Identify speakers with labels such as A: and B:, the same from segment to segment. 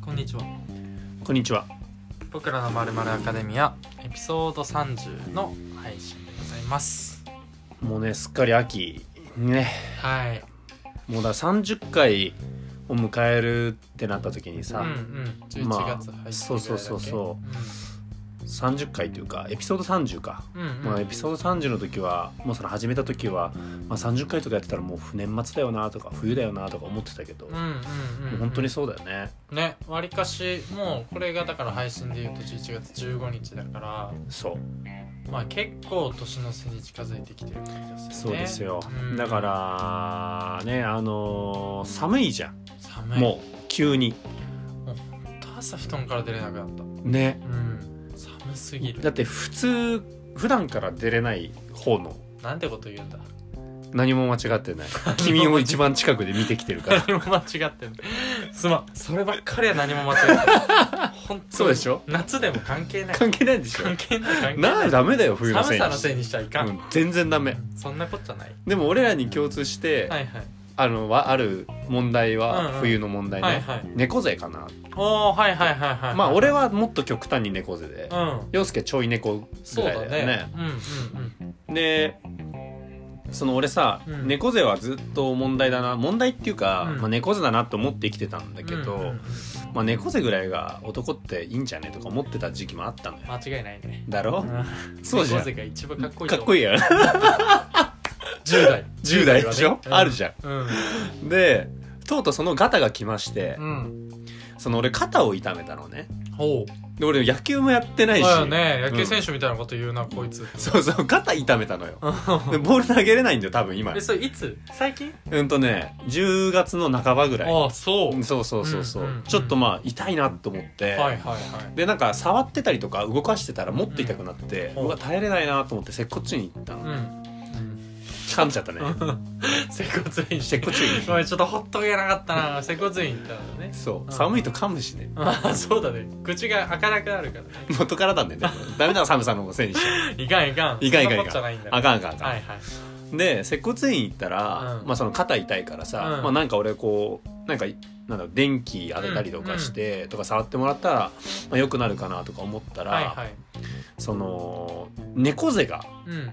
A: こんにちは
B: こんにちは。
A: 僕らのまるまるアカデミアエピソード30の配信でございます
B: もうね、すっかり秋にね、
A: はい
B: もうだ30回を迎えるってなった時に
A: うん
B: さ、
A: うん11
B: ま
A: 月
B: あ
A: 入ってぐらいだっけ
B: そうそうそうそ30回というか、エピソード30か。
A: うんうんうん
B: まあ、エピソード30の時はもうその始めた時は、まあ、30回とかやってたらもう年末だよなとか冬だよなとか思ってたけど、
A: うん
B: も
A: うんうんう
B: うん本当にそうだよね
A: ねわりかしもうこれがだから配信で言うと11月15日だから
B: そう
A: まあ結構年の瀬に近づいてきてる感じがするね
B: そうですよ、
A: うん
B: だからねあのー寒いじゃん、
A: 寒い
B: もう急に
A: ほんと朝布団から出れなくなった
B: ね
A: うん寒すぎる
B: だって普通普段から出れない方の
A: なんてこと言うんだ
B: 何も間違ってない君を一番近くで見てきてるから
A: 何も間違ってないすまんそればっかりは何も間違ってない本当に
B: そうでしょ
A: 夏でも 関係ない
B: 関係ないでしょ
A: 関係ない関係
B: な
A: な
B: あ
A: い
B: ダメだよ冬の
A: 寒
B: せい
A: さ
B: に
A: のせいにしちゃいかん、
B: うん全然ダメ
A: そんなことじゃない
B: でも俺らに共通して、
A: はいはい
B: あのはある問題は、
A: うんうん
B: 冬の問題ね、
A: はいはい
B: 猫背かな、
A: おおはいはいはいはい
B: まあ俺はもっと極端に猫背で、
A: うん
B: 陽介ちょい猫ぐ
A: そう
B: らい
A: だ
B: だよね
A: ねうんうんうん
B: でその俺さ、
A: うん
B: 猫背はずっと問題だな問題っていうか、
A: うん
B: まあ、猫背だなと思って生きてたんだけど、
A: うんうん
B: まあ、猫背ぐらいが男っていいんじゃねとか思ってた時期もあったのよ
A: 間違いないね
B: だ
A: う
B: ろ、
A: ん
B: そうじゃん
A: 猫背が一番かっこいい
B: かっこい
A: い
B: い よね
A: 10代
B: 10代でしょ、あるじゃん
A: うん
B: でとうとうそのガタが来まして、
A: うん
B: その俺肩を痛めたのね
A: ほ
B: で俺野球もやってな
A: う
B: いし、
A: だよね野球選手みたいなこと言うなこいつ
B: そうそう肩痛めたのよ
A: うん
B: でボール投げれないんだよ多分今
A: えそれいつ最近
B: うんとね10月の半ばぐらい
A: ああそう
B: うんそうそうそうそう、
A: うんうんうん
B: ちょっとまあ痛いなと思っ
A: は
B: て、
A: いはいはい
B: でなんか触ってたりとか動かしてたらもっと痛くなって、
A: うん
B: うわ耐えれないなと思って接骨院行ったの、
A: うん
B: 噛んじゃったね
A: 接骨院して
B: 接骨院
A: ごめんちょっとほっとけなかったな接骨院行ったのね
B: そう、
A: うん
B: 寒いと噛むしね
A: ああ そうだね口が開かなくなるからね
B: 元からなんだ よねダメだ寒さのせいにしちゃ
A: いかんいかん
B: いかんいか
A: そ
B: ん
A: なことじゃないんだか
B: あかんあかんあかん、
A: はいはい
B: で接骨院行ったら、
A: うん
B: まあ、その肩痛いからさ、
A: うん
B: まあ、なんか俺こうなんかなんだろう電気当てたりとかして、とか触ってもらったら、まあ、良くなるかなとか思ったら、
A: はいはい
B: その猫背が
A: うん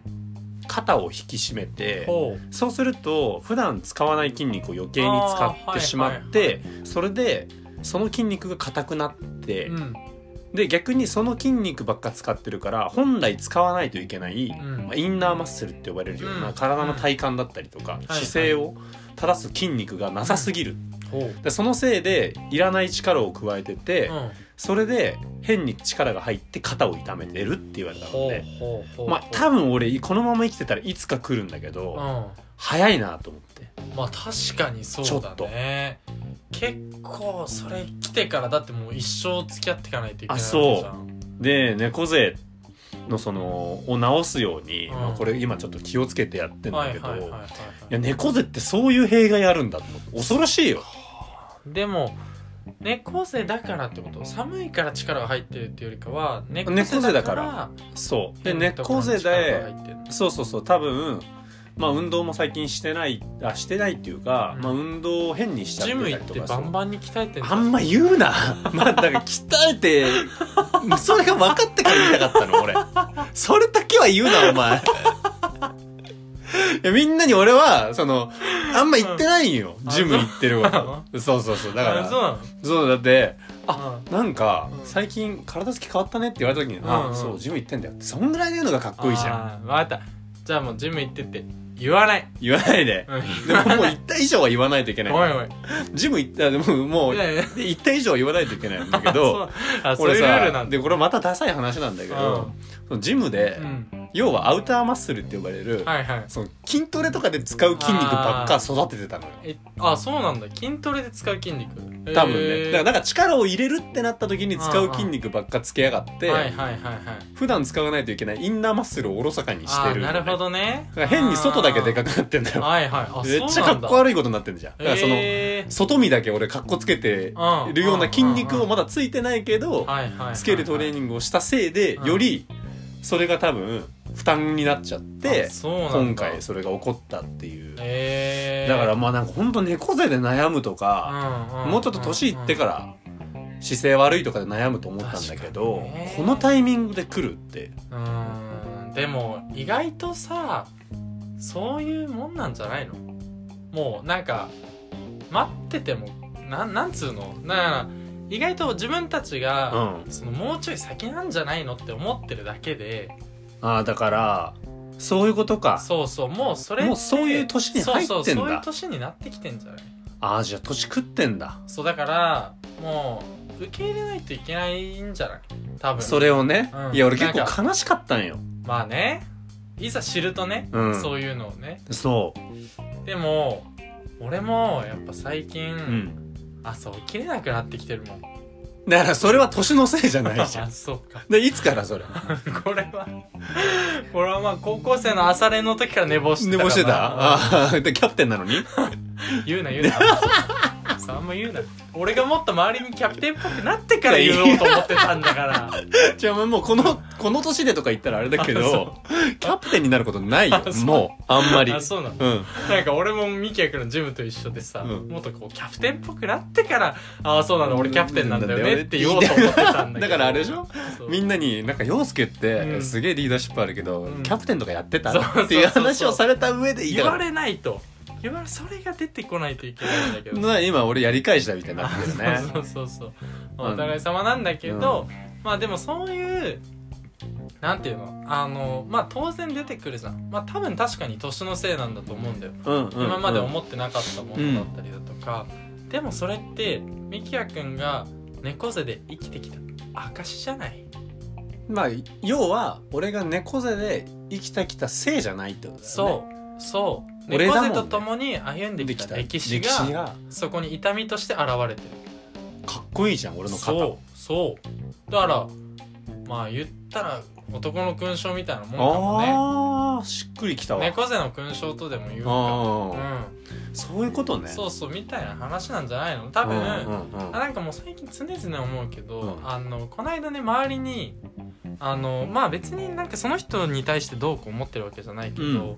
B: 肩を引き締めて
A: ほう
B: そうすると普段使わない筋肉を余計に使
A: あー
B: っ
A: はい
B: てしまって、それでその筋肉が硬くなって、
A: うん
B: で逆にその筋肉ばっか使ってるから本来使わないといけない、
A: ん
B: まあ、インナーマッスルって呼ばれるよう
A: う
B: なん体の体幹だったりとか、
A: いはい
B: 姿勢を正す筋肉がなさすぎる、
A: ほう
B: でそのせいでいらない力を加えてて、
A: うん
B: それで変に力が入って肩を痛めてるって言われたの
A: ほ
B: で、
A: うほうほう
B: まあ多分俺このまま生きてたらいつか来るんだけど、
A: うん
B: 早いなと思って
A: まあ確かにそうだね結構それ来てからだってもう一生付き合っていかないといけない
B: あそう
A: わけじゃん
B: で猫背のそのを直すように、
A: うん
B: まあこれ今ちょっと気をつけてやってん
A: は
B: だ
A: い
B: けど、
A: はいはいいはいはい
B: や猫背ってそういう弊害あるんだと思って恐ろしいよ
A: でも猫背だからってこと寒いから力が入ってるっていうよりかは猫
B: 猫
A: 背
B: 背
A: だ
B: だ
A: か
B: かららそうで
A: 変なところ
B: 猫
A: に
B: 背
A: 力が入
B: で
A: ってる
B: そうそうそう多分まあ運動も最近してないあしてないっていうか、
A: うん
B: まあ運動を変にしちゃって
A: ジム行
B: た
A: っ
B: りと
A: て
B: か
A: バンバンに鍛えてん
B: そう
A: だ
B: あんま言うな まあだから鍛えてそれが分かってから言いたかったの俺それだけは言うなお前いやみんなに俺はそのあんま行ってないんよ、
A: うん
B: ジム行ってるわそうそうそうだか
A: あそう
B: ら
A: なの
B: そうだって
A: あ
B: なんか、
A: うん
B: 最近体つき変わったねって言われた時に「
A: うんう
B: あ
A: ん
B: そうジム行ってんだよ」ってそんぐらいで言うのがかっこいいじゃん
A: ん分かったじゃあもうジム行ってって言わない
B: 言わないで
A: うん
B: でももう行った以上は言わないといけ
A: お
B: ない
A: いおい
B: ジム行ったでももう
A: いやいや
B: で行った以上は言わないといけないんだけど
A: あそうあそうい
B: 俺
A: うルールな
B: さ
A: んだ
B: でこれまたダサい話なんだけど、そのジムで
A: うんうん
B: 要はアウターマッスルって呼ばれる、
A: はいはい
B: その筋トレとかで使う筋肉ばっか育ててたのよ
A: えあそうなんだ筋トレで使う筋肉
B: 多分ね、だからなん
A: か
B: か力を入れるってなった時に使う筋肉ばっかつけやがって、
A: はいはいはいはい
B: 普段使わないといけないインナーマッスルをおろそかにして
A: あ
B: る、
A: ーなるほどね
B: だから変に外だけでか
A: く
B: くなってんだよ
A: はいはいあ
B: めっちゃ
A: そうな
B: かっ
A: んだ
B: こ悪いことになってんじゃんだからその、
A: へー
B: 外見だけ俺かっこつけて
A: うん
B: るような筋肉をま
A: だ
B: だついてないけどつけるトレーニングをしたせいで
A: うん
B: よりそれが多分負担になっちゃって今
A: 今
B: 回それが起こったっていうだ
A: え
B: からまあなんかほんと猫背で悩むとかもうちょっと年いってからら姿勢悪いとかで悩むと思ったんだけど
A: 確かにね
B: このタイミングで来るって
A: うんでも意外とさそういうもんなんじゃないのもうなんか待っててもなんなんつうのだから意外と自分たち
B: う
A: が、
B: ん
A: そのもうちょい先なんじゃないのって思ってるだけで
B: ああだからそういうことか
A: そうそうもうそれって
B: もうそういう年に入
A: そうそ
B: って
A: うんそういう
B: だ
A: 年になってきてんじゃない
B: ああじゃあ年食ってんだ
A: そうだからもう受け入れないといけないんじゃない多分
B: それをね
A: うん
B: いや俺結
A: なんか
B: 構悲しかったんよ
A: まあねいざ知るとね、
B: うん
A: そういうのをね
B: そ
A: でも俺もやっぱ最近、
B: ううん
A: 朝起きれなくなってきてるもん
B: だからそれは年のせいじゃないじゃん
A: あそうか
B: でいつからそれ
A: これはこれはまあ高校生の朝練の時から寝坊して
B: 寝
A: た
B: 坊してた
A: からな
B: ああでキャプテンなのに
A: 言うな言うな そうあんま言うな俺がもっと周りにキャプテンっぽくなってから言おうと思ってたんだから
B: じゃあもうこのこの年でとか言ったらあれだけ
A: あ
B: どキャプテンになることないよ
A: あそう
B: もうあんまり
A: あそうなの
B: うん
A: なんか俺もミキヤ君のジムと一緒でさ、
B: うん
A: もっとこうキャプテンっぽくなってから「ああそうなの俺キャプテンなんだよね」って言おう
B: だ
A: と
B: よね
A: 思ってたんだけど
B: だからあれでしょ
A: そう
B: みんなになんか陽介って、
A: うん
B: すげえリーダーシップあるけど、
A: うん
B: キャプテンとかやってた
A: そうそうそうそう
B: っていう話をされた上で言い
A: 言
B: たか
A: わ
B: っ
A: れないと言われそれが出てこないといけないんだけ
B: た
A: ど
B: な今俺やり返したみたいになってるよね
A: そうそうそうお互い様なんだけど、まあでもそういうなんていうのあのまあ当然出てくるじゃんまあ多分確かに年のせいなんだと思うんだよ
B: うんうん
A: 今まで思ってなかったものだったりだとか、でもそれってみきやくんが猫背で生きてきた証じゃない
B: まあ要は俺が猫背で生きたきたせいじゃないってことだよ
A: そ
B: ね
A: うそう
B: 俺
A: 猫
B: だもんね
A: 背とともに歩んできた歴史がそこに痛みとして現れてる
B: かっこいいじゃん俺の肩
A: そうそうだからまあ言ったら男の勲章みたいなもんかもね
B: あーしっくりきたわ、
A: 猫背の勲章とでも言うか、う
B: あ
A: ん
B: ーそういうことね
A: そうそうみたいな話なんじゃないの多分、
B: うんうんうん
A: あなんかもう最近常々思うけど、
B: うん
A: あのこの間ね周りにあのまあ別になんかその人に対してどうこう思ってるわけじゃないけど、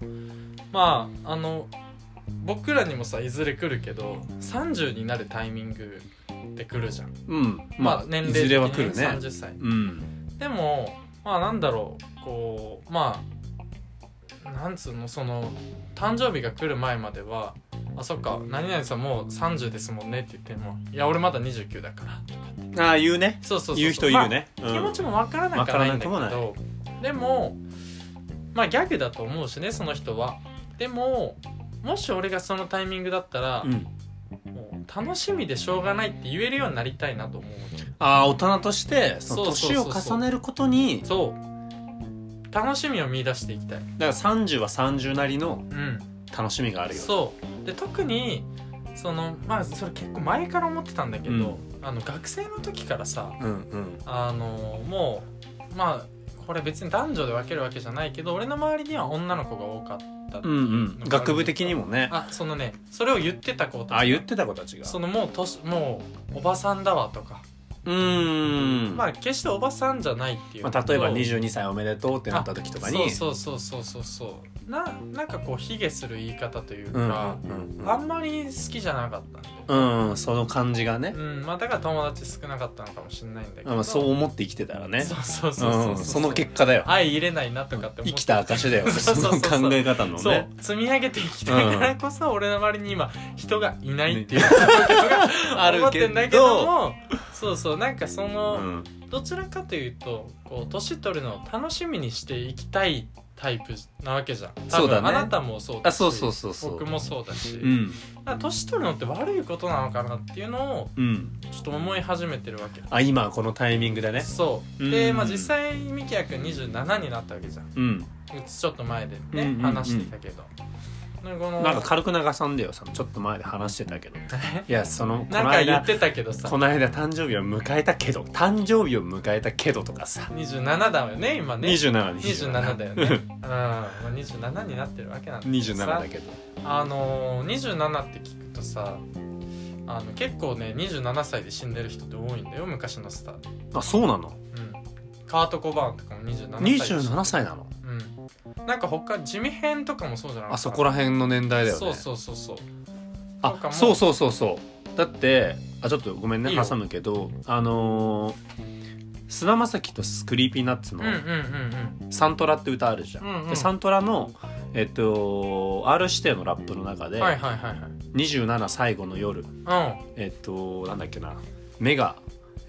A: まああの僕らにもさいずれ来るけど30になるタイミングで来るじゃん、
B: うんまあ
A: 年
B: い
A: 齢
B: ず
A: 的
B: れは
A: に
B: 来るね
A: 30歳
B: うん
A: でもまあなんだろうこうまあなんつうのその誕生日が来る前までは「あそっか何々さんもう30ですもんね」って言っても「いや俺まだ29だから」とかって
B: ああ言うね
A: そうそうそうそう
B: 言う人言うね、
A: まあ気
B: うん
A: 持ちもわからなくはないんだけ
B: わからなく
A: どでもまあギャグだと思うしねその人はでももし俺がそのタイミングだったら
B: う、ん
A: もう楽しみでしょうがないって言えるようになりたいなと思う
B: ああ大人としてその
A: そうそう
B: 年
A: そう
B: を
A: そう
B: 重ねることに
A: そう楽しみを見出していきたい
B: だから30は30なりの
A: うん
B: 楽しみがあるよ
A: そうで特にそのまあそれ結構前から思ってたんだけど、あの学生の時からさ
B: うんうん
A: あのもうまあこれ別に男女で分けるわけじゃないけど俺の周りには女の子が多かった
B: うんうん学部的にもね
A: あそのねそれを言ってた子たち
B: ああ言ってた子たちが
A: そのもう年もうおばさんだわとか、
B: うーん
A: まあ決しておばさんじゃないっていう
B: まあ、例えば22歳おめでとうってなった時とかに
A: そうそうそうそうそうそうななんかこう卑下する言い方という
B: うんうん
A: か、
B: うん
A: あんまり好きじゃなかったんで
B: うんうんその感じがね
A: う、んまあだから友達少なかったのかもしれないんだけど、
B: まあ、そう思って生きてたらね
A: そうそうそうそううん
B: その結果だよ
A: 相入れないなとかって思
B: 生
A: って
B: きた証だよ
A: そう
B: そ
A: そうそう
B: の考え方の
A: そう、
B: ね
A: 積み上げていきたいからこそ、 俺の周りに今人がいないっていう
B: ね
A: 状況が
B: あ
A: 思
B: る
A: って
B: け
A: んだけど
B: ど
A: もそうそうなんかそうの、
B: ん
A: どちらかというとこう年取るのを楽しみにしていきたいタイプなわけじゃん多分
B: そうだね
A: あなたもそうだ
B: あ
A: し
B: そうそうそうそう
A: 僕もそうだし、
B: うん
A: なんか年取るのって悪いことなのかなっていうのを
B: うん
A: ちょっと思い始めてるわけ
B: あ今このタイミングでね
A: そう
B: うん
A: で、まあ、実際ミキヤ君27になったわけじゃん
B: うん
A: ちょっと前でね、
B: うんうんうん
A: 話してたけどなんかこの
B: なんか軽く流さんでよさちょっと前で話し てたけどいやそのこ
A: なん
B: の
A: か言
B: 間
A: ってたけどさ
B: この間誕生日を迎えたけど誕生日を迎えたけどとかさ
A: 27だよね今ね
B: 27
A: 27だよね、 うんまあ、27になってるわけなんだけどさ
B: 27だけど
A: あのー、27って聞くとさあの結構ね27歳で死んでる人って多いんだよ昔のスターで、
B: あそうなの
A: うん、カート・コバーンとかも27歳で死んでる
B: 27歳なの
A: うん、なんか他地味編とかもそうじゃない
B: あそこら辺の年代だよね
A: そうそうそうそうとか
B: あ
A: も
B: そうそうそうそうだってあちょっとごめんね
A: いいよ
B: 挟むけどあのー菅田将暉とスクリーピーナッツ
A: う
B: の
A: んうんうん
B: 「サントラ」って歌あるじゃん、
A: うんうん
B: でサントラのえっと R 指定のラップの中
A: う
B: で
A: んはいはいはいはい
B: 「27最後の夜
A: う」
B: えっとなんだっけな目が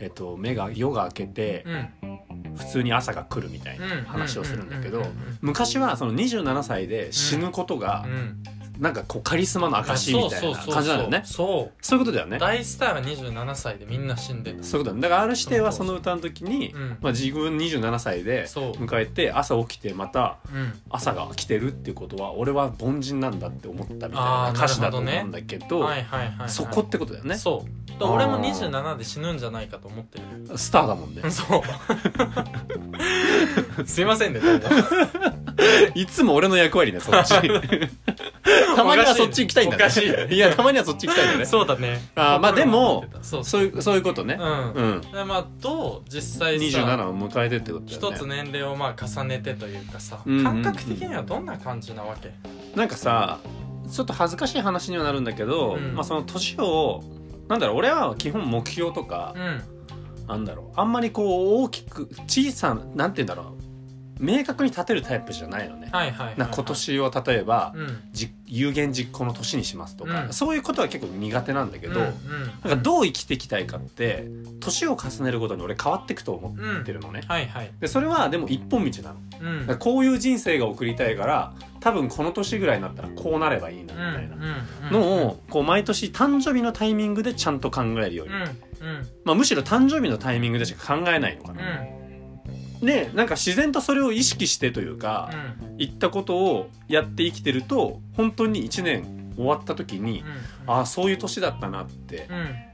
B: えっと目が夜が明けて
A: んうん
B: 普通に朝が来るみたいな
A: うん
B: 話をするんだけ
A: う
B: ど
A: んうん
B: 昔はその27歳で死ぬことが
A: うん
B: なんかこうカリスマの証みたいな感じなんだよね
A: そう
B: そういうことだよね
A: 大スターが27歳でみんな死んでた
B: そういうことだねだからある指定はその歌の時に
A: うん、
B: まあ、自分27歳で
A: そう
B: 迎えて朝起きてまた
A: うん
B: 朝が来てるっていうことは俺は凡人なんだって思ったみたいな
A: あー
B: 歌詞だと
A: なる
B: 思う
A: ほ
B: ん
A: ど
B: だけど
A: はいはいはい、はい、
B: そこってことだよね
A: そうで
B: あー
A: 俺も27で死ぬんじゃないかと思ってる
B: スターだも んね
A: そうすいませんねどうも
B: いつも俺の役割ねそっちたまにはそっち行きたいんだね
A: おかしいよね
B: いやたまにはそっち行きたいんだね
A: そうだね
B: あーまあでも
A: そうそ
B: そういうそういうことね
A: ううん、
B: う
A: で
B: ん
A: まあどう実際さ
B: 27を迎えてってことだよね
A: 一つ年齢をまあ重ねてというかさ、
B: うんうんうん
A: 感覚的にはどんな感じなわけ
B: なんかさちょっと恥ずかしい話にはなるんだけど、
A: うん
B: まあその年をなんだろう俺は基本目標とか
A: う、ん
B: なんだろうあんまりこう大きく小さななんて言うんだろう明確に立てるタイプじゃないのね。
A: はいはいはいはい
B: な今年を例えば、
A: うん
B: じ有言実行の年にしますとか、
A: うん
B: そういうことは結構苦手なんだけど、
A: うん
B: なんかどう生きていきたいかって年を重ねるごとに俺変わっていくと思
A: うん
B: ってるのね。
A: はいはい
B: でそれはでも一本道なの。
A: うん
B: だからこういう人生が送りたいから多分この年ぐらいになったらこうなればいいなみたいな。のをこう毎年誕生日のタイミングでちゃんと考えるよう
A: う
B: に、
A: んうんうん
B: まあ、むしろ誕生日のタイミングでしか考えないのか
A: うん
B: な、でなんか自然とそれを意識してというか、
A: うん
B: 言ったことをやって生きてると本当に1年終わった時に、
A: うん
B: ああそういう年だったなっ
A: う
B: て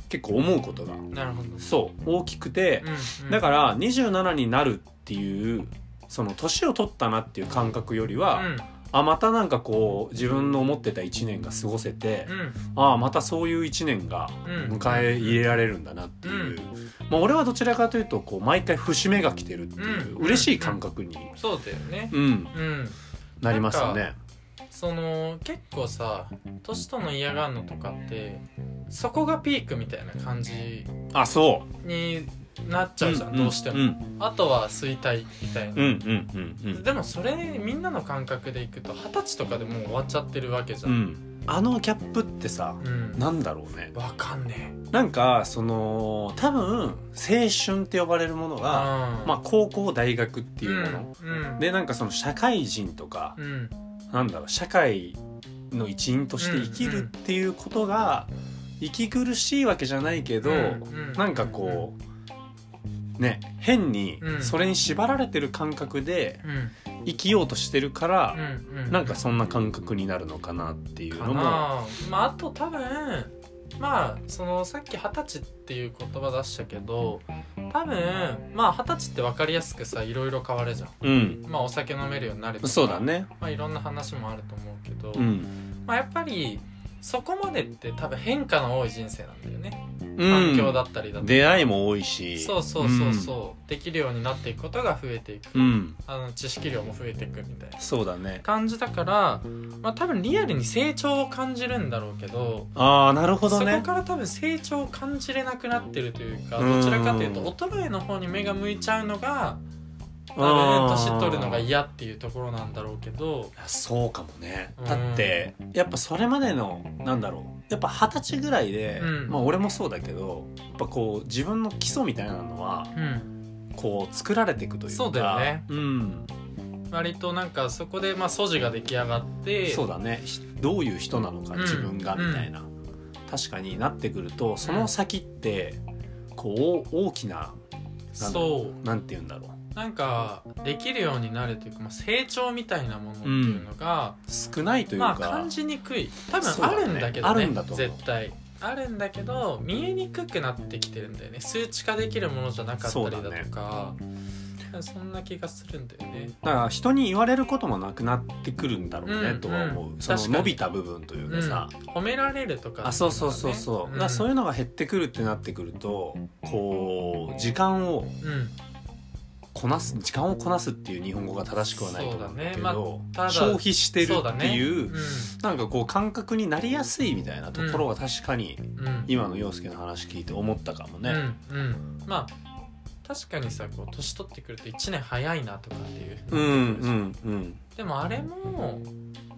B: 結構思うことが
A: んなるほど
B: そう大きくて、
A: うん
B: だから27になるっていうその年を取ったなっていう感覚よりは、
A: うん
B: あまたなんかこう自分の思ってた1年が過ごせて、
A: うん
B: ああまたそういう1年が
A: うん
B: 迎え入れられるんだなっていう、まあ、俺はどちらかというとこう毎回節目が来てるっていう
A: うん
B: 嬉しい感覚に、
A: そうだよね
B: うん、
A: うん
B: なりましたね。
A: その結構さ年との嫌がんのとかってそこがピークみたいな感じ
B: あそ
A: になっ
B: う
A: ちゃうじゃん、
B: ん
A: どうしても、
B: うん
A: あとは衰退みたい
B: うんう
A: な、
B: んうんうん
A: でもそれみんなの感覚でいくと二十歳とかでもう終わっちゃってるわけじゃ
B: うんんあのキャップってさ
A: うん、
B: なんだろうね
A: わかんね
B: なんかその多分青春って呼ばれるもの
A: え
B: が、まあ、高校大学っていうもの、
A: うんうん
B: でなんかその社会人とか、
A: うん
B: なんだろう社会の一員として生きるっていうことが息苦しいわけじゃないけど、
A: うん
B: なんかこうね変に
A: うん
B: それに縛られてる感覚で
A: うんうん
B: 生きようとしてるから、
A: うんうん
B: なんかそんな感覚になるのかなっていう
A: か
B: の
A: な
B: も。
A: まああと多分まあそのさっき二十歳っていう言葉出したけど多分まあ二十歳って分かりやすくさいろいろ変わるじゃん
B: うん
A: まあお酒飲めるようになるとか
B: そうだね、
A: まあ、いろんな話もあると思うけど、
B: うん、
A: まあ、やっぱりそこまでって多分変化の多い人生なんだよね
B: うん
A: 環境だったりだとか、
B: 出会いも多いし
A: そうそうそうそう、できるようになっていくことが増えていく
B: うん、うん
A: あの知識量も増えていくみたいな
B: そうだね
A: 感じだから、まあ、多分リアルに成長を感じるんだろうけど
B: ああなるほど
A: そこ
B: ね
A: から多分成長を感じれなくなってるというか
B: うん
A: どちらかというと衰えの方に目が向いちゃうのがなるべく年取るのが嫌っていうところなんだろうけど
B: そうかもね
A: うん
B: だってやっぱそれまでのなんだろうやっぱ二十歳ぐらいで、
A: うん
B: まあ俺もそうだけどやっぱこう自分の基礎みたいなのは
A: うん
B: こう作られていくというか
A: そうだよね
B: うん、
A: 割となんかそこでまあ素地が出来上がって
B: そうだねひどういう人なのか
A: うん
B: 自分がみたいな、確かになってくるとその先ってこう大きな
A: そう
B: なんて言うんだろう
A: なんかできるようになるというか、まあ、成長みたいなものっていうのが、
B: 少ないという
A: まあ
B: か、
A: 感じにくい多
B: そうだ
A: 分あ
B: ね
A: るんだけど
B: あ
A: ね
B: るんだと思う
A: 絶対あるんだけど見えにくくなってきてるんだよね数値化できるものじゃなかったりだとかそんな気がするんだよね
B: だから人に言われることもなくなってくるんだろうね、
A: うん
B: とは思う、
A: うん
B: その
A: 確かに
B: 伸びた部分というかさ、
A: うん、褒められるとか
B: あそうそうそうそう、だからそういううのが減ってくるってなってくるとこう時間
A: の
B: を
A: ね、うん
B: こなす時間をこなすっていう日本語が正しくはないと思うんだけ
A: そうだね
B: ど、
A: まあただ
B: 消費してる
A: そうだ
B: って
A: ね
B: い
A: う
B: う
A: ん
B: なんかこう感覚になりやすいみたいなところは確かに
A: うん
B: 今の陽介の話聞いて思ったかもね。
A: うんうんまあ確かにさこう年取ってくると1年早いなとかっていう
B: うんうんうん
A: でもあれも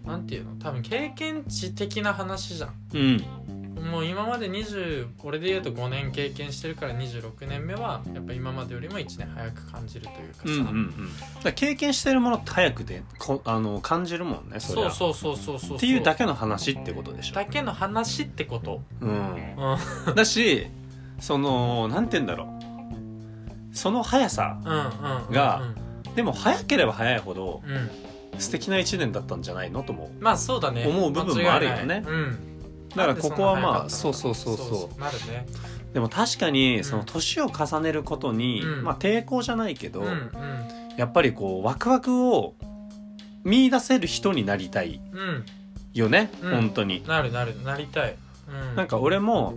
A: なんていうの多分経験値的な話じゃん
B: うん
A: もう今まで20俺で言うと5年経験してるから26年目はやっぱ今までよりも1年早く感じるというかさ、
B: うんうんうん、だから経験してるものって早くでこあの感じるもんねそれ
A: そう
B: は
A: そうそうそうそう
B: っていうだ
A: け
B: けの話ってことでしょ
A: だ、けの話ってこと
B: うん、
A: うん
B: だしそのなんて言うんだろうその速さ
A: うんうんうん
B: がでも早ければ早いほど
A: うん、うん、
B: 素敵な一年だったんじゃないのとも
A: まあそうだね
B: 思う部分もあるよね
A: 間違いないうん
B: だからここはま
A: なん
B: あ
A: で
B: そ
A: そん
B: う
A: な
B: そうそうそう
A: なるね
B: でも確かにその年を重ねることに、
A: うん
B: まあ抵抗じゃないけど、
A: うん
B: やっぱりこうワクワクを見出せる人になりたい
A: うんうん
B: よね、
A: うん
B: 本当に
A: なるなるなりたいうん
B: なんか俺も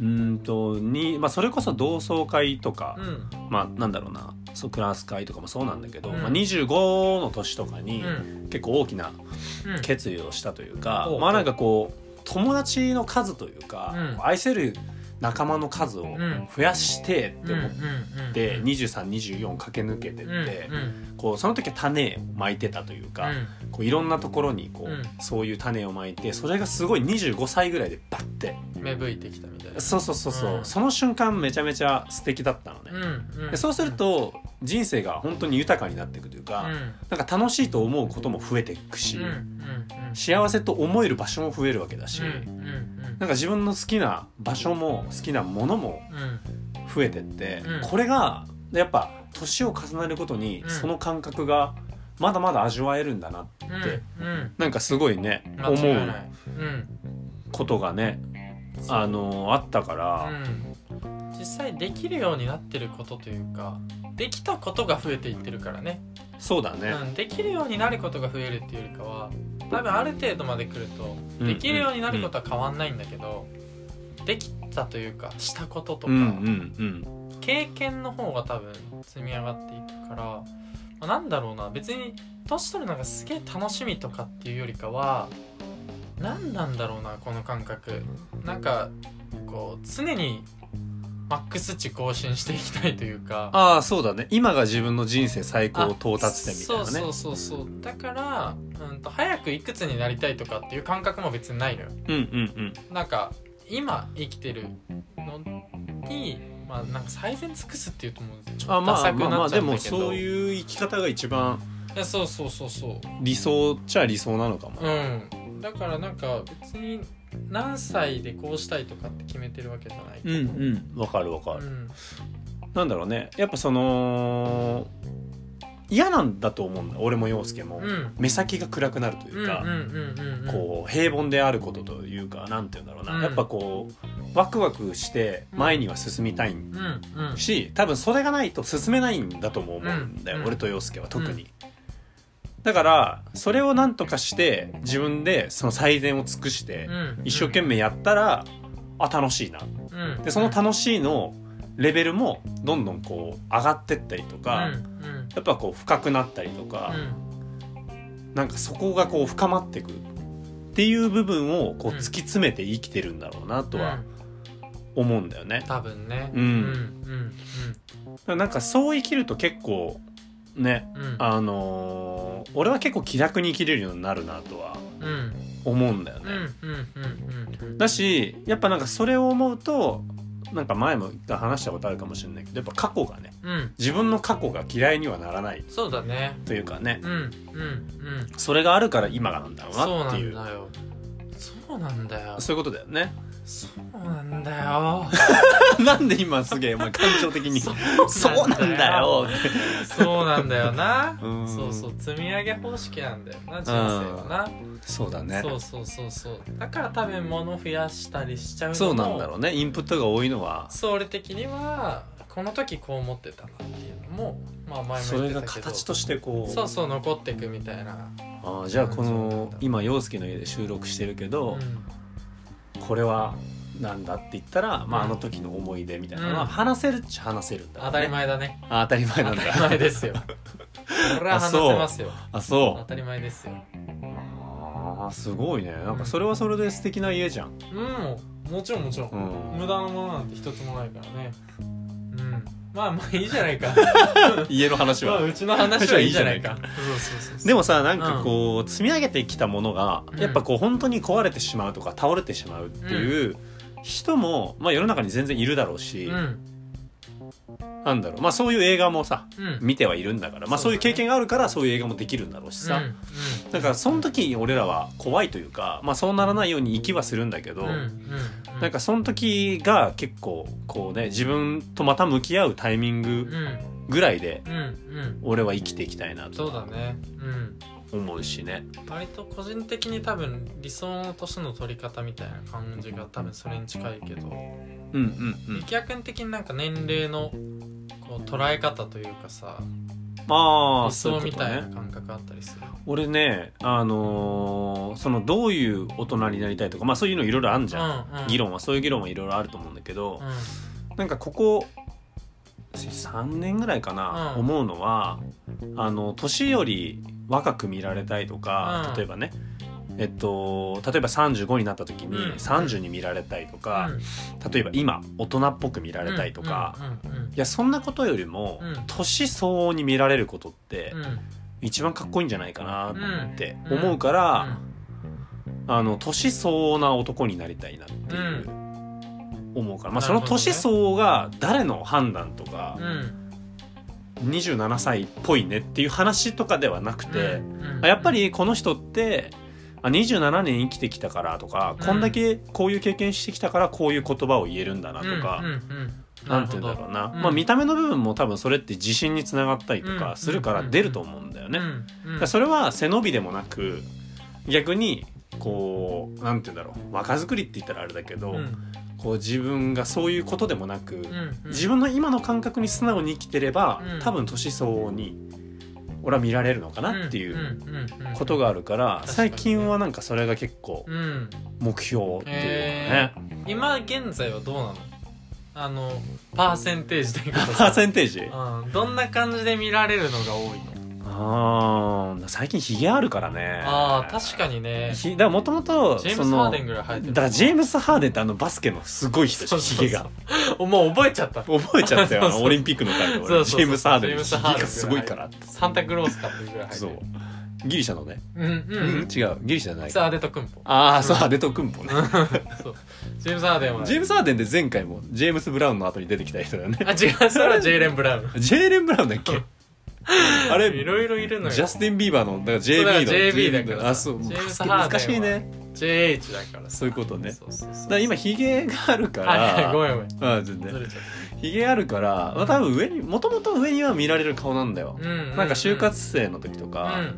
B: うーんとに、まあ、それこそ同窓会とか、
A: うん
B: まあなんだろうなそうクラス会とかもそうなんだけど、
A: うん
B: まあ、25の年とかに
A: うん
B: 結構大きな
A: うん
B: 決意をしたというか、
A: うん
B: まあなんかこう友達の数というか、
A: うん
B: 愛せる仲間の数を
A: ん
B: 増やしてって思っ
A: うんうん
B: て、
A: うん
B: 2324駆け抜けてって、
A: うんうん
B: こうその時は種をまいてたというか、
A: うん
B: こういろんなところにこう、
A: うん
B: そういう種をまいてそれがすごい25歳ぐらいでバッて
A: 芽吹いてきたみたいな
B: そうそうそうそう、
A: うん
B: その瞬間めちゃめちゃ素敵だったのね。
A: うん
B: で
A: ん
B: そうすると人生が本当に豊かになっていくという
A: う
B: か、
A: ん
B: なんか楽しいと思うことも増えていくし、
A: うんうんうん
B: 幸せと思える場所も増えるわけだし、
A: うんうん
B: なんか自分の好きな場所も好きなものも
A: うん
B: 増えてって、
A: うん
B: これがやっぱ年を重ねることに
A: うん
B: その感覚がまだまだ味わえるんだな
A: うん
B: で
A: うん
B: なんかすごいね
A: 間
B: 思
A: 違いうないうん
B: ことがねあのあったから、
A: うん実際できるようになってることというかできたことが増えていってるからね
B: そうだね、
A: うん、できるようになることが増えるっていうよりかは多分ある程度まで来ると
B: うん
A: できるようになることは変わんないんだけど、できたというかしたこととか、
B: うんうんうん
A: 経験の方が多分積み上がっていくから、まあなんだろうな別に年取るのがすげえ楽しみとかっていうよりかは何なんだろうなこの感覚なんかこう常にマックス値更新していきたいというか
B: ああそうだね今が自分の人生最高到達点みたいなね
A: そうそうそうそうだから、うん、と早くいくつになりたいとかっていう感覚も別にないのよ
B: うんうん
A: なんか今生きてるのにまあなんか最善尽くすっていうともうち
B: うんあ
A: ょっと
B: ま
A: ダ
B: あ
A: サく
B: まあま
A: な
B: あ
A: っちゃ
B: で
A: うんだ
B: も
A: けど、
B: そういう生き方が一番
A: いやそうそうそうそう
B: 理想っちゃ理想なのかも、
A: うんだからなんか別に何歳でこうしたいとかって決めてるわけじゃないけど
B: うんわかるわか
A: う
B: る、
A: ん
B: なんだろうねやっぱその嫌なんだと思うんだ俺も陽介も、
A: うん
B: 目先が暗くなるというか、
A: うんうんうんうんうん
B: こう平凡であることというかなんて言うんだろうな、
A: うん
B: やっぱこうワクワクして前には進みた
A: う
B: い
A: んうん
B: し多分それがないと進めないんだとも思うんだよ、
A: うん
B: 俺と陽介は特に、だからそれをなんとかして自分でその最善を尽くして
A: うん
B: 一生懸命やったらあ楽しいな
A: うん
B: でその楽しいのレベルもどんどんこう上がってったりとか、
A: うん
B: やっぱこう深くなったりと
A: う
B: か
A: んう、ん
B: なんかそこがこう深まっていくっていう部分をこう
A: うん
B: 突き詰めて生きてるんだろうなと
A: う
B: は
A: ん
B: 思うんだよね。
A: 多分ね
B: うん
A: うん
B: なんかそう生きると結構ね
A: うん
B: あのー俺は結構気楽に生きれるようになるなとは
A: うんうん
B: 思うんだよ
A: う
B: ね。
A: んうんうん
B: だしやっぱなんかそれを思うとなんか前も一回話したことあるかもしれないけどやっぱ過去がね
A: うん
B: 自分の過去が嫌いにはならない
A: そうだね
B: というかね
A: うんうんうん
B: それがあるから今がなんだろう
A: そう
B: なっ
A: な
B: てい
A: ん
B: うそう
A: だよそうなんだよ
B: いうことだよね
A: そうなんだよ
B: なんで今すげえお前感情的に
A: そう
B: そうなんだよって
A: そうなんだよな
B: うん
A: そうそう積み上げ方式なんだよな人生は
B: そうだ
A: な
B: ね
A: そうそうそうそうだから食べ物増やしたりしちゃうのも
B: そうなんだろうねインプットが多いのは
A: それ的にはこの時こう思ってたなっていうのもまあ前も
B: そ
A: 言っ
B: れ
A: てたけど
B: が形としてこう
A: そうそう残っていくみたいな、
B: あーじゃあ
A: そ
B: こ
A: うなん
B: の
A: だ
B: 今陽介の家で収録してるけ
A: う
B: ど、
A: ん、
B: これはなんだって言ったら、まあ、
A: う
B: あ
A: ん
B: の時の思い出みたいなの
A: う
B: は
A: ん
B: 話せるっちゃ話せるんだろ
A: 当
B: うね、
A: たり前だね
B: あ当たり前
A: 当
B: な
A: た
B: んだ
A: り前です よこれは話せますよ
B: あそう
A: 当たり前ですよ
B: あーすごいねなんかそれはそれで素敵な家じゃん、
A: うんもちろんもちろん、
B: うん
A: 無駄なものなんて一つもないからねうんまあまあいいじゃ ないか
B: 家の話
A: まあ
B: は
A: うちの話はいいじゃ ないかそうそうそうそう
B: でもさなんかこう、積み上げてきたものが
A: うん
B: やっぱこう本当に壊れてしまうとか倒れてしまうっていう人も、まあ、世の中に全然いるだろうし、
A: うん
B: なんだろうまあそういう映画もさ
A: うん
B: 見てはいるんだから、まあ、
A: そ
B: そうう
A: だ
B: い
A: ね
B: う経験があるからそういう映画もできるんだろうしさ、
A: うん
B: だからその時に俺らは怖いというか、まあ、そうならないように生きはするんだけど、
A: うんうんうん
B: なんかその時が結構こうね自分とまた向き合うタイミン
A: う
B: グ
A: ん
B: ぐらいで
A: うんうん
B: 俺は生きていきたいな
A: そう
B: と
A: だねうん
B: 思うしね。
A: 割と個人的に多分理想の年の取り方みたいな感じが多分それに近いけど
B: うんうんうん
A: 力也君的になんか年齢のこう捉え方というかさ
B: ああ
A: 理
B: そう
A: 想
B: いう
A: み
B: こと
A: たいな。
B: ね
A: 感覚あったりする
B: 俺ねあのーそのどういう大人になりたいとかまあそういうのいろいろあるじゃん。
A: うんうん
B: 議論はそういう議論はいろいろあると思うんだけど、
A: う
B: なんかここ3年ぐらいかな、
A: うん
B: 思うのはあの年より若く見られたいとか、
A: うん
B: 例えばねえっと例えば35になった時に
A: うん
B: 30に見られたいとか、
A: ん
B: 例えば今大人っぽく見られたいとか、
A: うんうん
B: いやそんなことよりも、
A: うん
B: 年相応に見られることって
A: うんうん
B: 一番かっこいいんじゃないかなって
A: うん
B: 思うから、あの年相応な男になりたいなっていう。思うから、ま
A: な
B: あ、そ
A: るほ
B: の
A: どね
B: 年相応が誰の判断とか
A: うん、うん
B: 27歳っぽいねっていう話とかではなくて、
A: うん
B: あやっぱりこの人ってあ27年生きてきたからとか、
A: うん
B: こんだけこういう経験してきたからこういう言葉を言えるんだなとか、
A: うんうんうん
B: なんて言うんだろうな
A: うん
B: まあ、見た目の部分も多分それって自信につながったりと
A: う
B: か
A: ん
B: するから出ると思うんだよね。
A: う
B: だ
A: んうん
B: からそれは背伸びでもなく逆にこうなんて言うんだろう若作りって言ったらあれだけど、
A: うん
B: こう自分がそういうことでもなく、
A: うんうん
B: 自分の今の感覚に素直に生きてれば、
A: うん
B: 多分年相応に俺は見られるのかなっていうことがあるか
A: 確
B: ら、
A: かにね
B: 最近はなんかそれが結構
A: うんうんうん
B: 目標っていうの
A: へ
B: ね、
A: うん今現在はどうなのあのパーセンテージというか
B: パー
A: さ
B: センテージ、あ
A: うんどんな感じで見られるのが多いの
B: あー最近ヒゲあるからね
A: ああ確かにねジ
B: ひだからもともと
A: ェー
B: そ
A: ムス・ハー
B: の
A: デンぐらい生えてる
B: だからジェームス・ハーデンってあのバスケのすごい人じゃん
A: そう
B: ヒ
A: そうそう
B: ゲが
A: おもう覚えちゃった
B: 覚えちゃったよ
A: そう
B: あ
A: そう
B: のオリンピックの回で
A: そうそう
B: 俺
A: そ
B: ジ
A: う
B: ェームス・ハーデ
A: ジェ
B: ン
A: ーム
B: ヒ
A: スハーデン
B: ゲがすごいからって
A: サンタクロースかっていうぐらい入って
B: そ
A: る
B: うギリシャのね、
A: うんう
B: うん
A: ん、うん、
B: 違うギリシャじゃない
A: サーデトクンポ
B: ああそう
A: うん
B: アデトクンポね
A: そうジェームス・ハーデンは
B: ジェームス・アーデンで前回もジェームス・ブラウンの後に出てきた人だよね
A: あ違うそれはジェイレン・ブラウン
B: ジェーレン・ブラウンだっ けあれ
A: いろいろいるのよ
B: ジャスティン・ビーバーのだから
A: そうだから
B: JB の
A: JB だから
B: あそう
A: ジェームスハーデンは
B: 難しいね
A: JH だからさ
B: そういうことね
A: そうそうそう
B: だから今ヒゲがあるか
A: はいはい
B: ら
A: ごめんごめんず
B: あ全然
A: れちゃっ
B: ヒゲあるから、まあ、多分上にもともと上には見られる顔なんだよ
A: た、うう
B: なんか就活生の時と
A: う
B: か、
A: ん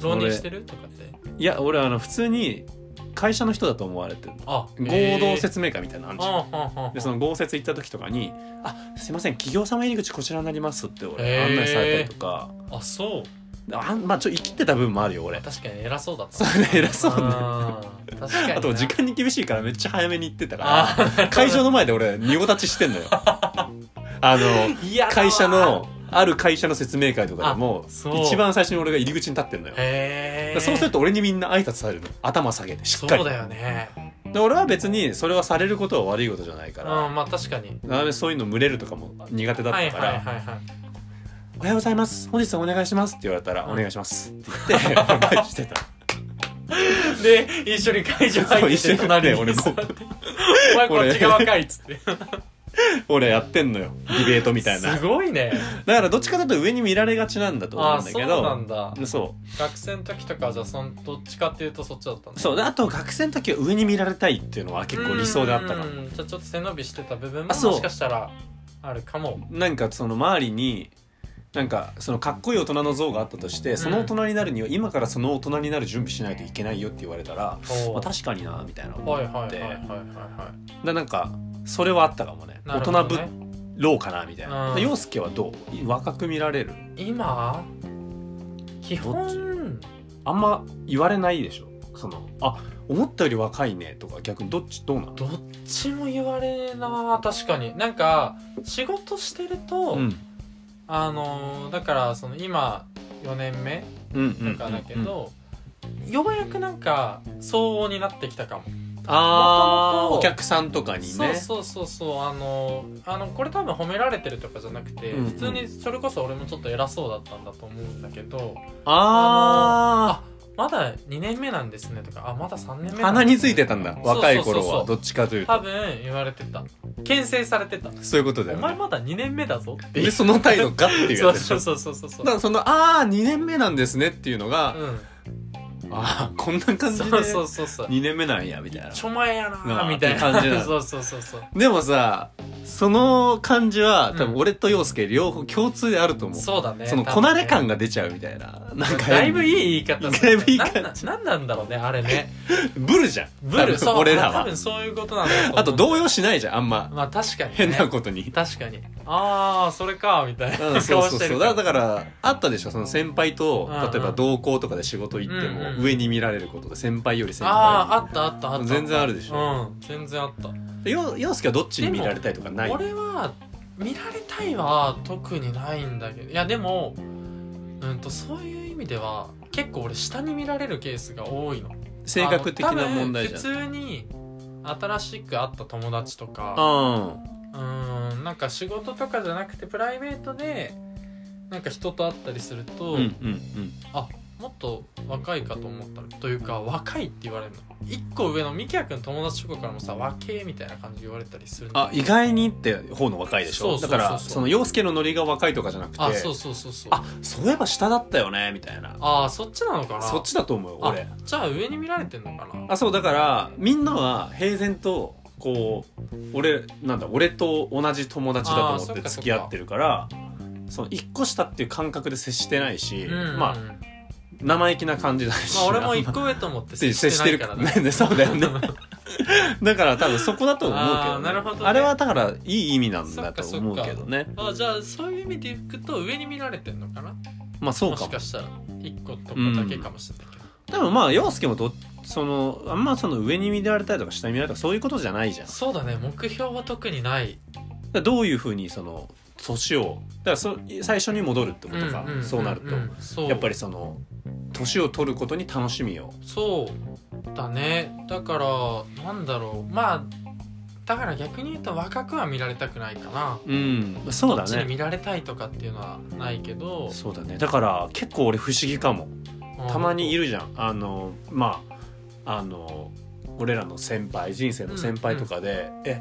A: 浪人してるとかって
B: いや俺あの普通に会社の人だと思われてる
A: あ
B: 合同
A: え
B: 説明会みたいなのある
A: ー
B: じゃん
A: ああああ
B: でその合説行った時とかに「あすいません企業様入り口こちらになります」って
A: へ
B: 俺
A: ー
B: 案内されたりとか、
A: あそう
B: あんまあちょっと生きてた部分もあるよ俺
A: 確かに偉そうだった
B: それ偉そうね
A: あー確かに
B: あと時
A: か
B: 間に厳しいからめっちゃ早めに行ってたか
A: あ
B: ら会場の前で俺仁王立ちしてんの よあの
A: いや
B: 会社のある会社の説明会とかでも
A: あそう
B: 一番最初に俺が入り口に立ってんのよ、
A: へえ
B: そうすると俺にみんな挨拶されるの頭下げてしっか
A: そう
B: り
A: だよね
B: で俺は別にそれはされることは悪いことじゃないか
A: うん
B: ら、
A: まあ確かに
B: なのでそういうの群れるとかも苦手だっ
A: はい
B: たか
A: はい
B: ら、
A: はいはい
B: おはようございます本日はお願いします」って言われたら「お願いします」って言って お願いしてた
A: で一緒に会場入って
B: そう一緒
A: て
B: に
A: 隣に
B: ね俺も
A: 座ってお前こっち側かい」っつって
B: 俺やってんのよディベートみたいな
A: すごいね
B: だからどっちかというと上に見られがちなんだと思
A: あ
B: う
A: あ
B: んだ
A: そう
B: け
A: な
B: ど
A: んだ
B: そ
A: 学生の時とかじゃあそのどっちかっていうとそっちだったの
B: うそうであと学生の時は上に見られたいっていうのは結構理想であったか
A: う
B: ら
A: んじゃあちょっと背伸びしてた部分もも
B: あそう
A: しかしたらあるかも
B: なんかその周りになんかそのかっこいい大人の像があったとしてその大人になるには今からその大人になる準備しないといけないよって言われたら、ま
A: お
B: あ、
A: ー
B: 確かになみたいな思
A: はいはいは
B: っ
A: い
B: て
A: はいは
B: でなんかそれはあったかもね
A: いな
B: 大
A: るほ
B: 人
A: ど
B: ぶ
A: ね
B: ろうかなみたいな
A: うん
B: 陽介はどう若く見られる
A: 今基本
B: あんま言われないでしょそのあ思ったより若いねとか逆にどっちどうなの
A: どっちも言われるな確かになんか仕事してると、
B: うん
A: あのーだからその今4年目
B: うんうん
A: とかだけど、ようやくなんか相応になってきたかも、
B: あ
A: もと
B: あ
A: も
B: お
A: と
B: 客さんとかにね
A: そうそうそうそうあのーあのこれ多分褒められてるとかじゃなくて、
B: うんうん
A: 普通にそれこそ俺もちょっと偉そうだったんだと思うんだけど
B: ああ
A: まだ2年目なんですねとかあまだ3年目なん
B: 鼻
A: で
B: に
A: す
B: ついてたんだ若い頃
A: そうそうそ
B: は
A: う
B: どっちかというと
A: 多分言われてた牽制されてた
B: そういうことだ
A: お
B: よ
A: 前
B: ね
A: まだ2年目だぞっていう
B: でその態度がっていう
A: そ
B: や
A: う
B: つでしょ
A: そうそうそうそうそう
B: だからそのああ2年目なんですねっていうのが、
A: う
B: ああこんな感
A: ん、
B: じで
A: そうそうそうそう
B: 2年目なんやみたいな
A: ちょ前やな
B: なあ
A: ーみたいな
B: って感じなの
A: そうそうそうそう
B: でもさその感じは
A: うん
B: 多分俺と陽介両方共通であると思う、
A: そうだね
B: そのこなれ感が出ちゃうみたいななんか
A: だいぶいい言い方する
B: だいぶいい感じ
A: なんななんなんだろうねあれね
B: ブルじゃん
A: ブル
B: 多
A: そう
B: 分俺ら
A: 多
B: は
A: 分そういうことなんだと思う
B: あと動揺しないじゃんあんま
A: まあ確かに、ね、
B: 変なことに、
A: 確かにああそれかみたいな 顔
B: うん、そう
A: し
B: そう
A: て
B: そ
A: る
B: うだからだからあったでしょその先輩と
A: うんうん
B: 例えば同校とかで仕事行って
A: うんう
B: も
A: ん
B: 上に見られることで先輩より先輩
A: あああったあったあった
B: 全然あるでしょ
A: うん全然あった
B: でよ陽介はどっちに見られたいとかない
A: 俺は見られたいは特にないんだけどいやでもうんとそういう意味では結構俺下に見られるケースが多いの
B: 性格的な問題じゃん
A: あの多分普通に新しく会った友達とか
B: あ
A: うーんなんか仕事とかじゃなくてプライベートでなんか人と会ったりすると、
B: うんうんうん
A: もっと若いかと思ったらというか若いって言われるの1個上のみきやくん友達とかからもさ若えみたいな感じで言われたりするの
B: あ意外にって方の若いでし
A: そ
B: ょ
A: うそ
B: だ
A: うそ
B: か
A: うそう
B: らその陽介のノリが若いとかじゃなくて
A: あそうそうそうそう
B: あそういえば下だったよねみたいな
A: あーそっちなのかな
B: そっちだと思うよ
A: あ
B: 俺
A: じゃあ上に見られてんのかな
B: あそうだからみんなは平然とこう俺なんだ俺と同じ友達だと
A: あーそ
B: 思
A: っかそっ
B: って
A: か
B: 付き合ってるからその一個下っていう感覚で接してないし、
A: うん
B: まあ
A: ま
B: 生意気な感じだし、
A: あ俺も1
B: 個
A: 個上と思って
B: 接
A: 接し
B: して
A: て
B: る
A: ない
B: か
A: からら
B: ね
A: ね
B: ね そうだよね だから多分そこだと思うけど,、
A: あーなるほどね
B: あれはだからいい意味なんだと思うけどね
A: あじゃあそういう意味でいくと上に見られてんのかな
B: まあそう
A: も
B: かも
A: しかしたら1個とかだけかもしれないけど、
B: でもまあ陽介もどそのあんまその上に見られたりとか下に見られたりとかそういうことじゃないじゃんだか
A: そうだね目標は特にない
B: らどういうふうにその年をだからそ最初に戻るってことか、
A: んんんん
B: そうなると、
A: そう
B: やっぱりその年を取ることに楽しみを
A: そうだねだからなんだろうまあだから逆に言うと若くは見られたくないかな
B: うんそう
A: ど
B: だ
A: っちに
B: ね
A: 見られたいとかっていうのはないけど
B: そうだねだから結構俺不思議かもたまにい
A: る
B: るじゃんあのまああの俺らの先輩人生の先輩とかで「え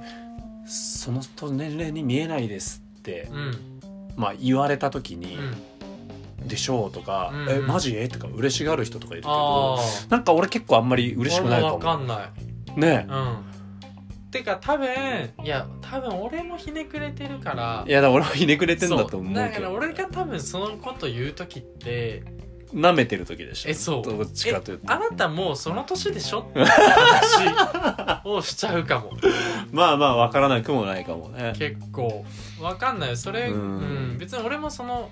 B: その年齢に見えないです」って、
A: うん
B: まあ、言われた時に、
A: うん
B: でしょうとか、
A: うん
B: えマジとか嬉しがる人とかいるけ
A: あ
B: どなんか俺結構あんまり嬉しくないか
A: わか
B: も
A: んない
B: ね
A: うんてか多分いや多分俺もひねくれてるから
B: いやだから俺はひねくれてんだと思
A: そうだ
B: け
A: から
B: ど
A: 俺が多分そのこと言う時って
B: 舐めてる時でしょ
A: えそう
B: どっちかというと
A: あなたもうその年でし ょって話をしちゃうかも
B: まあまあわからなくもないかもね
A: 結構わかんないよそれ、
B: う
A: うんん別に俺もその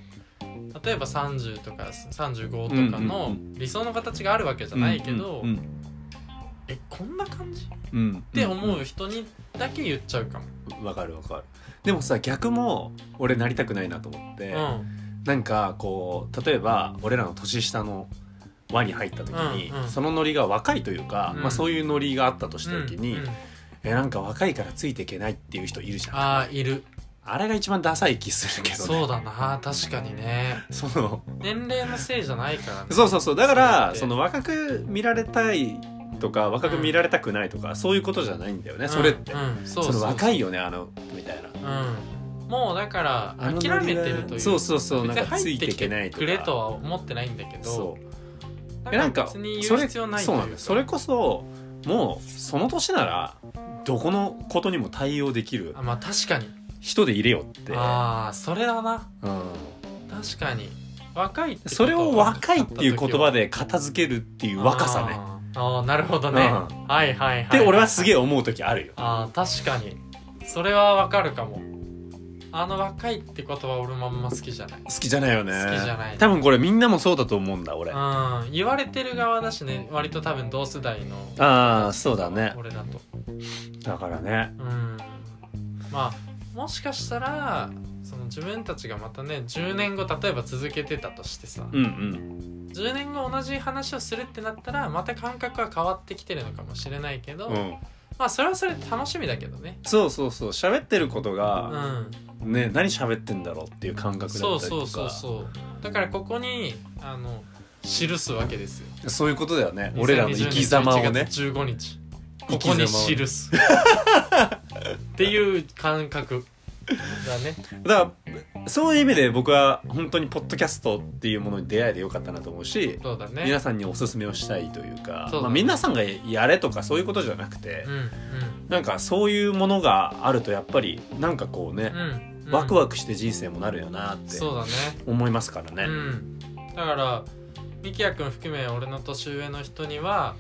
A: 例えば30とか
B: うんうんう
A: 35
B: ん
A: とかの理想の形があるわけじゃないけど、
B: うんうん
A: えこんな感じっ
B: うん
A: て思う人にだけ言っちゃうかも、
B: うんわかるわかるでもさ逆も俺なりたくないなと思って、なんかこう例えば俺らの年下の輪に入った時に、
A: うんうん
B: そのノリが若いというか、
A: うん
B: まあ、そういうノリがあったとした
A: うん
B: 時
A: う
B: に、
A: ん
B: えなんか若いからついていけないっていう人いるじゃん
A: ああいる
B: あれが一番ダサい気するけどね
A: そうだな確かにね
B: その
A: 年齢のせいじゃないからね
B: そうそうそうだから
A: そう
B: その若く見られたいとか若く見られたくないとか、そういうことじゃないんだよね、それって、
A: うんうんそう
B: そ
A: そう
B: の若いよねあのみたいな
A: うんもうだから
B: あの
A: 諦めてるという
B: そうそうそう
A: 別
B: なん
A: に
B: かつ
A: 入
B: い
A: って
B: てい
A: き
B: けな
A: て
B: いとか
A: くれとは思ってないんだけど
B: そう
A: だ
B: えなんか
A: 別に言う必要ないと
B: そう
A: い
B: な
A: うん
B: だ
A: か
B: よそれこそもうその年ならどこのことにも対応できる
A: あまあ確かに
B: 人でいれよって、
A: ああそれだな
B: うん、
A: 確かに若いってこと
B: それを若いっていう言葉で片付けるっていう若さね
A: あーあーなるほどね、
B: うん
A: はいはいはい
B: で俺はすげえ
A: え
B: 思う時あるよ
A: あー確かにそれはわかるかもあの若いって言葉俺もあんま好きじゃない
B: 好きじゃないよね
A: 好きじゃない
B: 多分これみんなもそうだと思うんだ俺あ
A: うん言われてる側だしね割と多分同世代の
B: あーそうだね
A: 俺だと
B: だからね
A: うんまあもしかしたらその自分たちがまたね10年後例えば続けてたとしてさ、
B: うんうん
A: 10年後同じ話をするってなったらまた感覚は変わってきてるのかもしれないけど、
B: うん
A: まあそれはそれで楽しみだけどね
B: そうそうそう喋ってること
A: う
B: が、
A: ん
B: ね何喋ってんだろうっていう感覚だったりと
A: そうそ
B: か
A: うそうそうだからここにあの記すわけですよ
B: そういうことだよね俺らの生き様を
A: 2020
B: ね
A: 年11月15日こ
B: 生き
A: こ
B: 様を
A: に記す っていう感覚だね
B: だからそういう意味で僕は本当にポッドキャストっていうものに出会えてよかったなと思うし、
A: そうだね
B: 皆さんにおすすめをしたいというか
A: そうだね
B: まあ、皆さんがやれとかそういうことじゃなくて、
A: うん
B: なんかそういうものがあるとやっぱりなんかこうね
A: う、んうん
B: ワク
A: ワ
B: ワクして人生もなるよなって
A: そうだね
B: 思いますからね。
A: うんだからみきやくん含め俺の年上の人には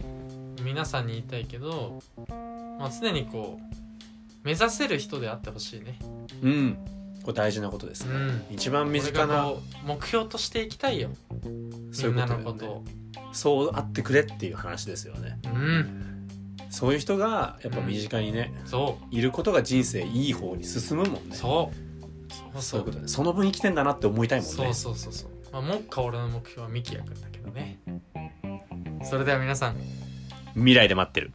A: 皆さんに言いたいけど、まあ、常にこう目指せる人であってほしいね
B: うん、これ大事なことです
A: う
B: ね。
A: ん
B: 一番身近
A: 俺が
B: な
A: こう目標としていきたいよ
B: そ
A: み
B: ういう
A: な
B: んことだ
A: の
B: よ
A: こと
B: ね
A: を。
B: そうあってくれっていう話ですよね。
A: うん
B: そういう人がやっぱ身近にね、
A: そ
B: いることが人生いい方に進むもん
A: う
B: ね。
A: そうそう
B: そ
A: そう
B: いうことね。その分生きてんだなって思いたいもんね。
A: そうそうそうそうまあもっか俺の目標はみきやくんだけどねそれでは皆さん
B: 未来で待ってる。